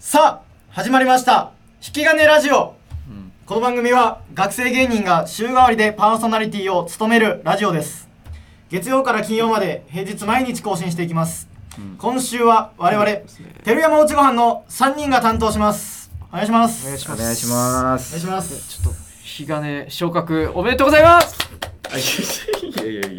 さあ始まりました引き金ラジオ、この番組は学生芸人が週替わりでパーソナリティを務めるラジオです月曜から金曜まで平日毎日更新していきます、今週は我々、てるやまおうちごはんの3人が担当しますお願いしますお願いしおます願いしおま願いすしますちょっと引き金昇格おめでとうございますいやいやいやい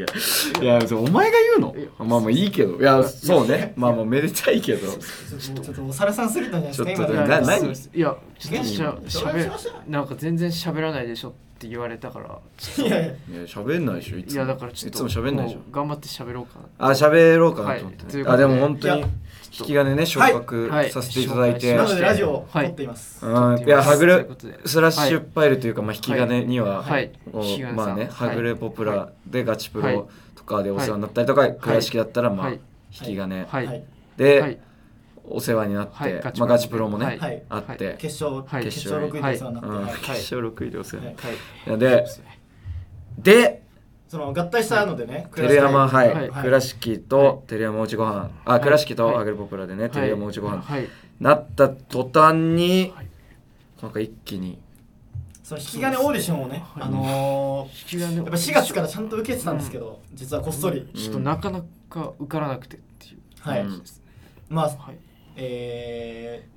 や別にお前が言いやうのまあまあいいけどいやそうねまあまあめでたいけどちょっとちょっとおさらさんすぎたんじゃないですかちょっと今なの何いやいやちょっとしゃ何しゃべなんか全然喋らないでしょって言われたからいやいやいや喋んないでしょいいつもやだからちょっといつも喋んないでしょもう頑張って喋ろうかなあ喋ろうかなと思っはいてといねうあことででも本当いにや引き金ね昇格はいさせていただいてはないのでラジオを撮っています、うんいやはぐれスラッシュパイルというかまあ引き金にははいこう引き金さんまあねはいはぐれポプはラでガチプはいロとかでお世話になったりとか倉敷だったらまあはい引き金はいはいでお世話になっはいてガチプロまあガチプロもねはいあって決勝、はい決勝6位でお世話になって、うんはい決勝6位でお世話はいにはいなってででその合体したのでね、テレヤマははいい倉敷とはテレヤマうちご飯はあい倉敷とはいアグリポプラでねテレヤマうちご飯はいなった途端にはいなんか一気にその引き金オーディションをね、はいあの引ーき金やっぱ4月からちゃんと受けてたんですけど、実はこっそり、ちょっとなかなか受からなくてっていうはい、うんですねまあ、はいえ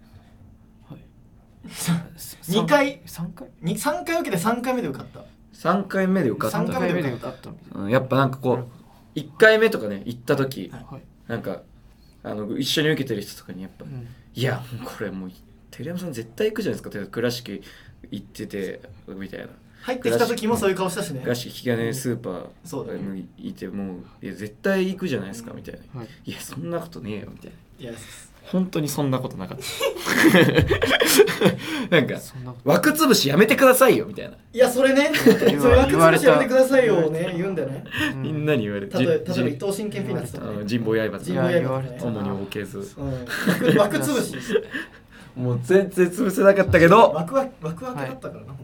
はい二回3回ー、に3回受けて3回目で受かった。 3回目で受かっ三3た回目で受かったみたいなうんやっぱなんかこう1回目とかね行った時はいはいなんかあの一緒に受けてる人とかにやっぱうんいやもうこれもうテレヤマさん絶対行くじゃないですか倉敷行っててみたいな入ってきた時もそういう顔したしね。が引き金スーパーそうだにねいてもういや絶対行くじゃないですかみたいな、はいいやそんなことねえよみたいないやです本当にそんなことなかった なんかそんなこと枠潰しやめてくださいよみたいな、いや、それね、それ言わ枠潰しやめて言われたくださいよね、言うんだよね。うんみんなに言わ例れえば、例えばじ伊藤真剣ピーナッツとあかのね。人望人刃と望か刃たな主にオーケーズうん、枠枠潰し。 もう全然潰せなかったけど枠は枠枠だったからな、本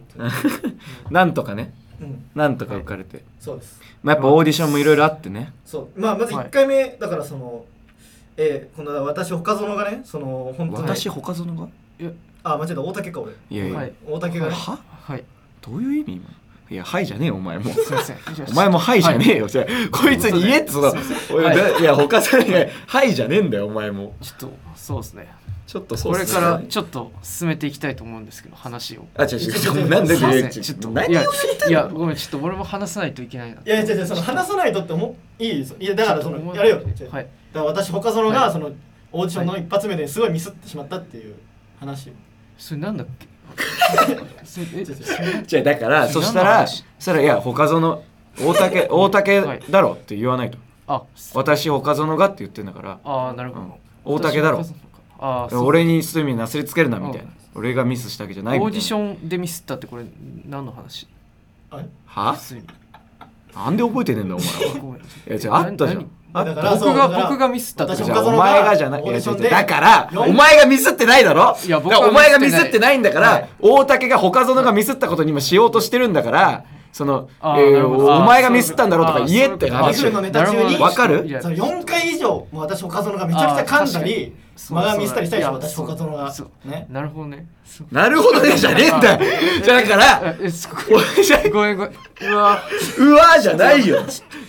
当に。なんとかねうん、なんとか浮かれて、そうです。まあ、やっぱオーディションもいろいろあってねそうまあまず1回目、だからそのえー、この私岡園がねその本当に私他園があ間違えた大竹か俺いやいや、はい大竹がねははいどういう意味今いやはいじゃねえよお前もうすいませんじゃあ お前も「はい」じゃねえよ、じゃあこいつに言えってその、おいないや他さんが「はい」じゃねえんだよお前もちょっとそうですねちょっとそうこっれすかねらちょっと進めていきたいと思うんですけど話をあ違う違うちょっとなんですいませんちちょょっっとと何いやいやごめんちょっと俺も話さないといけないないやいや違う違うその話さないとって思ういいですいやだからそちょっとの思いやれよ、違うだはかいら私岡園が、はいそのオーディションの一発目ですごいミスってしまったっていう話、それなんだっけ違う違うそれえそれじゃあだから違うそしたら話そしたらいや他園大 竹大はい竹だろって言わないとあす私他園がって言ってんだからあーなるほうんど大竹だろ私の家族かああ俺にそういう意味なすりつけるなみたいうんな俺がミスしたわけじゃないみたいなオーディションでミスったってこれ何の話あれは普通になんで覚えてねえんだお前はごめんいやじゃああったじゃん何あだっかたら僕そうだかがら僕がミスったって私こじとゃあ岡お園が前がじゃないオーディションでいや違う違うだから四お前がミスってないだろいや僕はだからお前がミミススってないってないんだかはらい大竹が他園がミスったことに今しようとしてるんだからそのえあーなーるほどおあー前がミスったんだろとか言えってあ話そういうことよねネタ中にわかるいやその4回以上もう私岡園がめちゃくちゃ噛んだりそう間がミスったりしたりしてそう私だ岡園がそうねなるほどねそうなるほどねじゃねえんだよ じゃあだからええすごい俺じゃごめんごめんうわうわーじゃないよ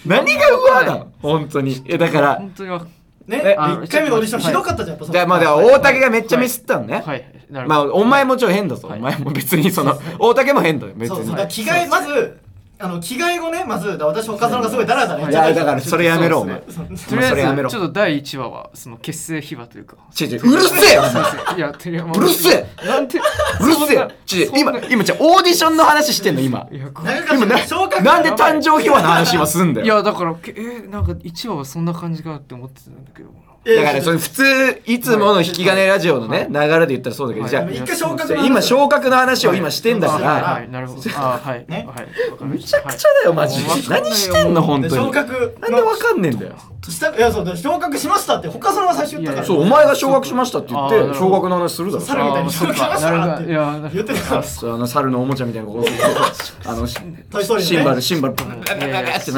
何がうわーなの本当にえだから本当にわねえあの1回目のオーディションひどかったじゃんやっぱそのじゃあまあだから大竹がめっちゃミスったのねはいなるほまあどお前もちょっと変だぞはおい前も別にその大竹も変だよ別そうそうにだから着替えまずあの着替え後ねまずだから私岡園がすごいダラダラいやだかちょらっとそれやめろおそう前ですねそうとりあそれやめえろずちょっと第1話はその結成秘話とい うか違う違ううるせえよお前いやてりゃまうるせえなんてうるせえちょ今今じゃオーディションの話してんの今いやこ長か今なった昇格なんで誕生秘話の話今すんだいよやだからけえーなんか1話はそんな感じかなって思ってたんだけどだからそれ普通いつもの引き金ラジオのはねい流れで言ったらそうだけどはいじでゃもあ一回昇格じのゃあ話今昇格の話を今してんだかはいはらいなるほどあーはいねはいわかりまむしちたゃくちゃだよマジはいもうわかんないよ何してんの本で当昇になん格でわかんねえんだよしたいやそうだから昇格しましたって他そのが最初言ったからいやいやそうお前が昇格しましたって言っあーなるてほど昇格の話するだろ猿みたいに昇格しましあーそっかたっなるほてどいやなるほど言ってたからそうあの猿のおもちゃみたいなこう あのシトイストーリーのねンバルシンバルブンブンブンブンってなるトイスト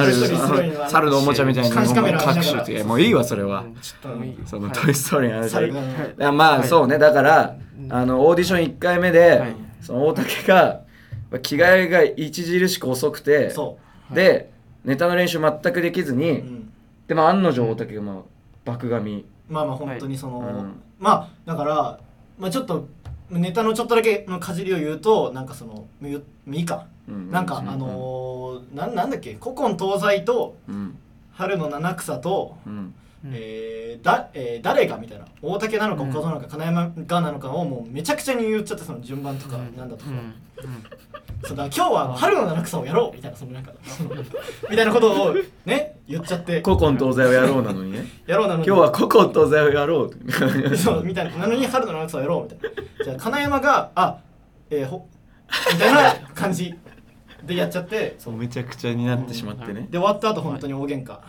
ーリーのあの猿のおもちゃみたいな監視カメラ各種っていやもういいわそれうはんちょっともういいよそのはいトイストーリーの話猿がいやまあそうねだからあのオーディション1回目で、はいその大竹がまあ着替えが著しく遅くてそで、ネタの練習全くできずに、う、うん、でも案の定大竹が、まあ、爆髪まあまあ本当にその、はいうんまあだから、まあ、ちょっとネタのちょっとだけのかじりを言うとなんかそのみみかうんなんかうんあのー、なんなんだっけ古今東西とうん春の七草と、うんうんえーだえー誰がみたいな大竹なのかうん岡田なのか金山がなのかをもうめちゃくちゃに言っちゃってその順番とかなんだとか、そうだから今日は春の七草をやろうみたいなそのなんかみたいなことをね言っちゃって古今東西をやろうなのにねやろうなの今に日は古今東西をやろうってそうみたいななのに春の七草をやろうみたいなじゃあ金山があえー、ほみたいな感じでやっちゃって そうめちゃくちゃになってしまってね、で終わった後本当に大喧嘩、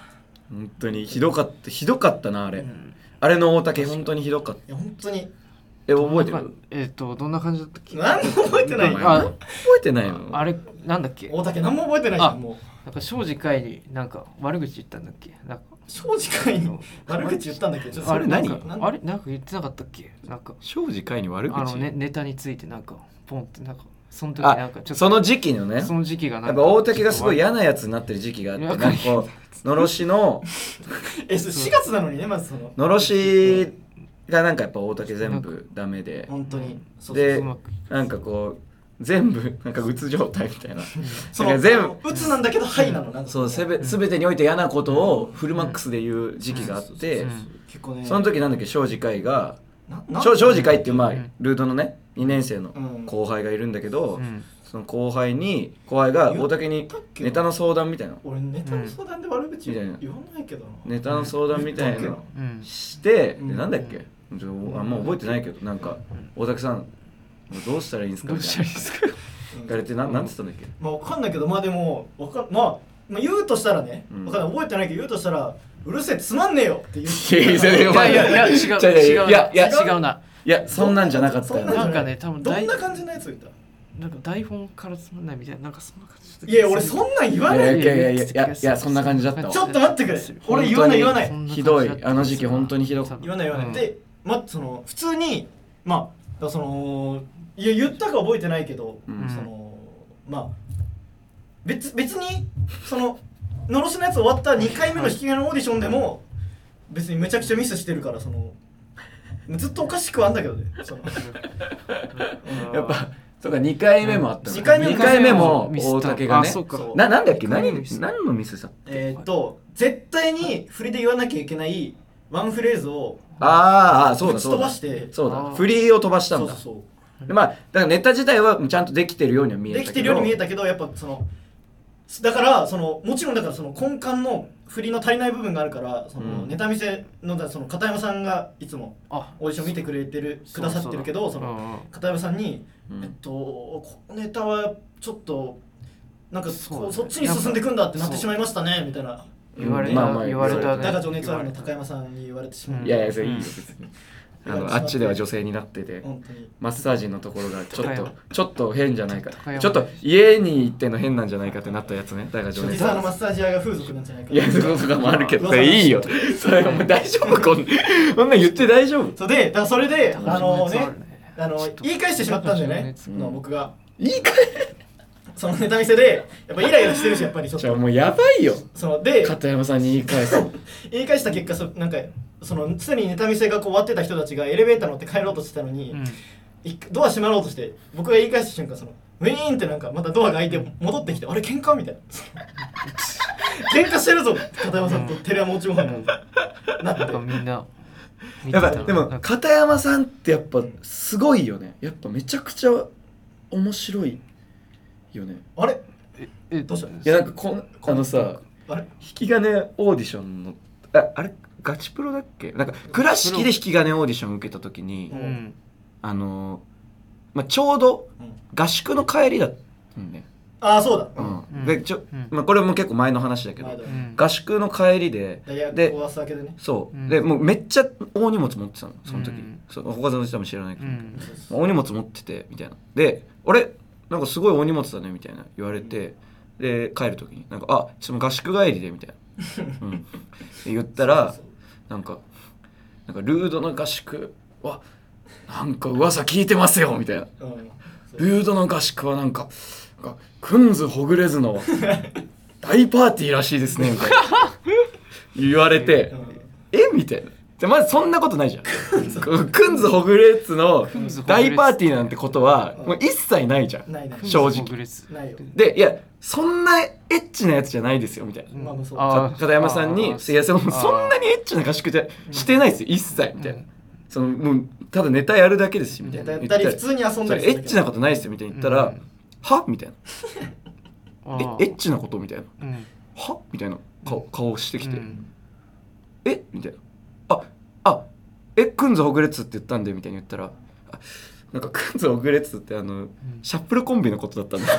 本当にひどかったひどかったなあれ、うんあれの大竹本当にひどかったいや本当にえ覚えてる覚えっ、とどんな感じだったっけ何も覚えてないよあえてないよあれなんだっけ大竹何も覚えてないじゃんもうなんか庄司会になんか悪口言ったんだっけなんか正直に悪口言ったんだけどちょっとあれ何なんかあれなんか言ってなかったっけなんか庄司会に悪口あの、ね、ネタについてなんかポンってなんかその時あなんかちょっとその時期のねその時期がなやんっかぱ大竹がすごい嫌なやつになってる時期があってなわんかかるこうのろしのえそう4月なのにねまずそののろしがなんかやっぱ大竹全部ダメで本当にそうでうまくなんかこう全部なんかうつ状態みたいなそなのんか全部うつなんだけどはいなのなんか そうすべ全てにおいて嫌なことをフルマックスで言う時期があってうん結構ねその時なんだっけ庄司会がなな庄庄司会っていうまあうんルートのね2年生のうん後輩がいるんだけうどんその後輩に後輩が大竹に言ったっけネタの相談みたいな俺ネタの相談で悪口うん言わないけどなネタの相談みたいなのうんして、うんでなんだっけちょあんま覚えてないけどなんか「大竹さんどうしたらいいんですか?」どみうたしいたならいいですかうん聞かれてななんつったんだっけまあわかんないけどまあでもわかんまあまあ言うとしたらねうんわかんない覚えてないけど言うとしたらうるせえつまんねえよって言い やいやいっやいて やいやいや違うちょいち違ょういやいや違うないやそんなんじゃなかったよそんななんかね多分ど大んな感じのやつ言ったなんか台本からつまんないみたいななんかそんな感じだった気がいや俺すそるんなん言わないやいいやいやいやいやいやそんな感じだったわちょっと待ってくれ俺言わない言わないそん感じひどいだったあの時期本当にひどかった言わない言わない、うんで、ま、その普通にまあだからそのいや言ったか覚えてないけど、うんそのまあ別別にそののろしのやつ終わった2回目の引き金のオーディションでも別にめちゃくちゃミスしてるからそのずっとおかしくはあんだけどねそ のうんやっぱそうか2回目もあったの二回目も二回目もミスった大竹があねそうかそうななんだっけ二何回目のミス何のミスしたっけえーっと絶対に振りで言わなきゃいけないワンフレーズをあーあーそうぶだちそう飛ばだしてそうあだーフリーを飛ばしたそんうそだうそうでまあだからネタ自体はちゃんとできてるようには見えたでけどきてるように見えたけどやっぱそのすだからそのもちろんだからその根幹の振りの足りない部分があるからその、うんネタ見せのだその片山さんがいつもあオーディション見てくれてるくださってるけどそのの片山さんに、うんえっとこのネタはちょっとなんかそうこだうねそっちに進んでいくんだってなってしまいましたねみたいな言われたまあまあ言われたねだから情熱あるの高山さんに言われてしまう、うんいやいやそれいいようん別にあのあっちでは女性になってて本当にマッサージのところがちょっ高と山ちょっと変じゃないか高山ちょっと家に行ってんの変なんじゃないかってなったやつねだから情実熱はあのマッサージ屋が風俗なんじゃないかいやそういうことかもあるけどまそあれいいよそれもう大丈夫こんこんなん言って大丈夫そうでだからそれであの情熱るねあのちょっと言い返してしまったんだよね、情熱の僕がいいかそのネタ見せでやっぱイライラしてるしやっぱりちょっじゃあともうやばいよそので片山さんに言い返す言い返した結果そなんかその常にネタ見せがこう終わってた人たちがエレベーター乗って帰ろうとしてたのに、うんいドア閉まろうとして僕が言い返した瞬間そのウィーンってなんかまたドアが開いて戻ってきてあれ喧嘩みたいな 喧嘩してるぞ片山さんとテレアモーチモハンがなってなんかみ んな見やてったぱでもなんか片山さんってやっぱすごいよねやっぱめちゃくちゃ面白いよねあれえどうしたいやなんかこんあのさあれ引き金オーディションのああれガチプロだっけなんか倉敷で引き金オーディション受けた時にうんあのーまあ、ちょうどうん合宿の帰りだったんね、ああそうだうんうんでちょうんまあ、これも結構前の話だけ前どだうん合宿の帰りでダイヤで壊すわけでねそう、うんでもうめっちゃ大荷物持ってたのその時、うんそう他の人も知らないけうど、んまあ大荷物持っててみたいなで「俺なんかすごい大荷物だね」みたいな言われて、で帰る時に「なんかあちょっと合宿帰りで」みたいな、うん、で言った らそうなんかなんかルードな合宿はなんか噂聞いてますよみたいなうんルードの合宿はなんかなんかくんずほぐれ ずの大パーティーらしいですねみたいな言われてえみたいなでまずそんなことないじゃんくんずほぐれつのずほぐれつ大パーティーなんてことはもう一切ないじゃうんんないない正直ほぐれずないよでいやそんなエッチなやつじゃないですよみたいなまあまあそうあー片山さんに「あーいやそのあーそんなにエッチな合宿じゃしてないですよ一切」みたいなうん「そのもうただネタやるだけですし」みたいなやっ言たりら普通に遊んそだれりエッチなことないですよみたいに言ったら「うんは?」みたいなあ「えエッーチなこと?」みたいなうん「は?」みたいな顔顔してきて「うんえみたいな「ああえくんずほぐれつ」って言ったんでみたいに言ったら「あなんかくんずほぐれつ」ってあのシャッフルコンビのことだったんだ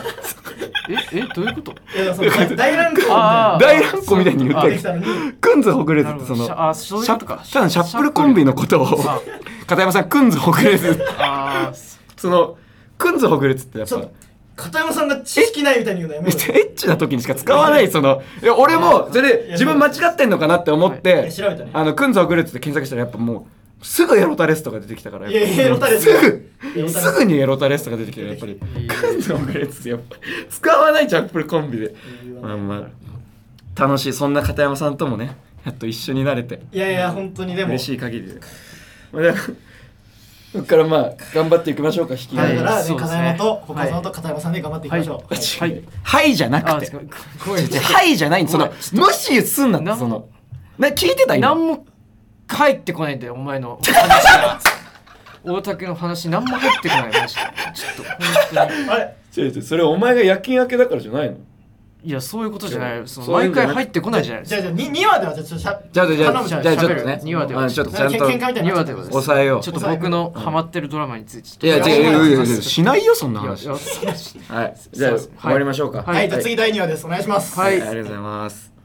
ええどういうこといやその大大乱闘みたいあな ー大乱闘みたいに言っのたがけできどたのにくんずほぐれずっなるてそほどのシャあそういうシャことかただシャッフルコンビのことをあ片山さんくんずほぐれずあーそのくんずほぐれずってやっちょっぱと片山さんが知識ないみたいに言うのやめめっろちゃよエッチな時にしか使わないそのいや俺もそれいでや自分間違ってんのかなって思っいてや調べたねあのくんずほぐれずって検索したらやっぱもうすぐエロタレスとか出てきたからいやいやエロタレスすぐエロタレスすぐにエロタレスとか出てきたからやっぱりいいくんずほぐれずってやっぱ使わないじゃんこれコンビで言わまなあいまあ楽しいそんな片山さんともねやっと一緒になれていやいや本当にでも嬉しい限りで。まあ、でも こっからまあ頑張っていきましょうか引きだ金かはらいねそうですね片山と岡山と片山さんで頑張っていきましょうはいはい、はいじゃなあくーてすごい違う違う はいじゃないんその無視すんなってなんそのな聞いてた今何も入ってこないんだよお前の話が 大竹の話何も入ってこないマジでちょっと本当にあれ違う違うそれお前が夜勤明けだからじゃないのいやそういうことじゃないそのそうい毎うんじゃ回ない入ってこないじゃないでじすゃあかじゃあに2話ではじゃあちょっとしゃじゃあじゃあ頼むじじゃんゃあじゃあちょっとね喋る二話ではあちょっとちなんゃんかと喧嘩みたいになっちゃった二話でございます抑えよちょっうと僕のハマってるドラマについていや違ういやいやいやいしないよそんなやいや話そうですはいじゃあはい終わりましょうかはいはいじゃあ次第2話ですお願いしますはいありがとうございます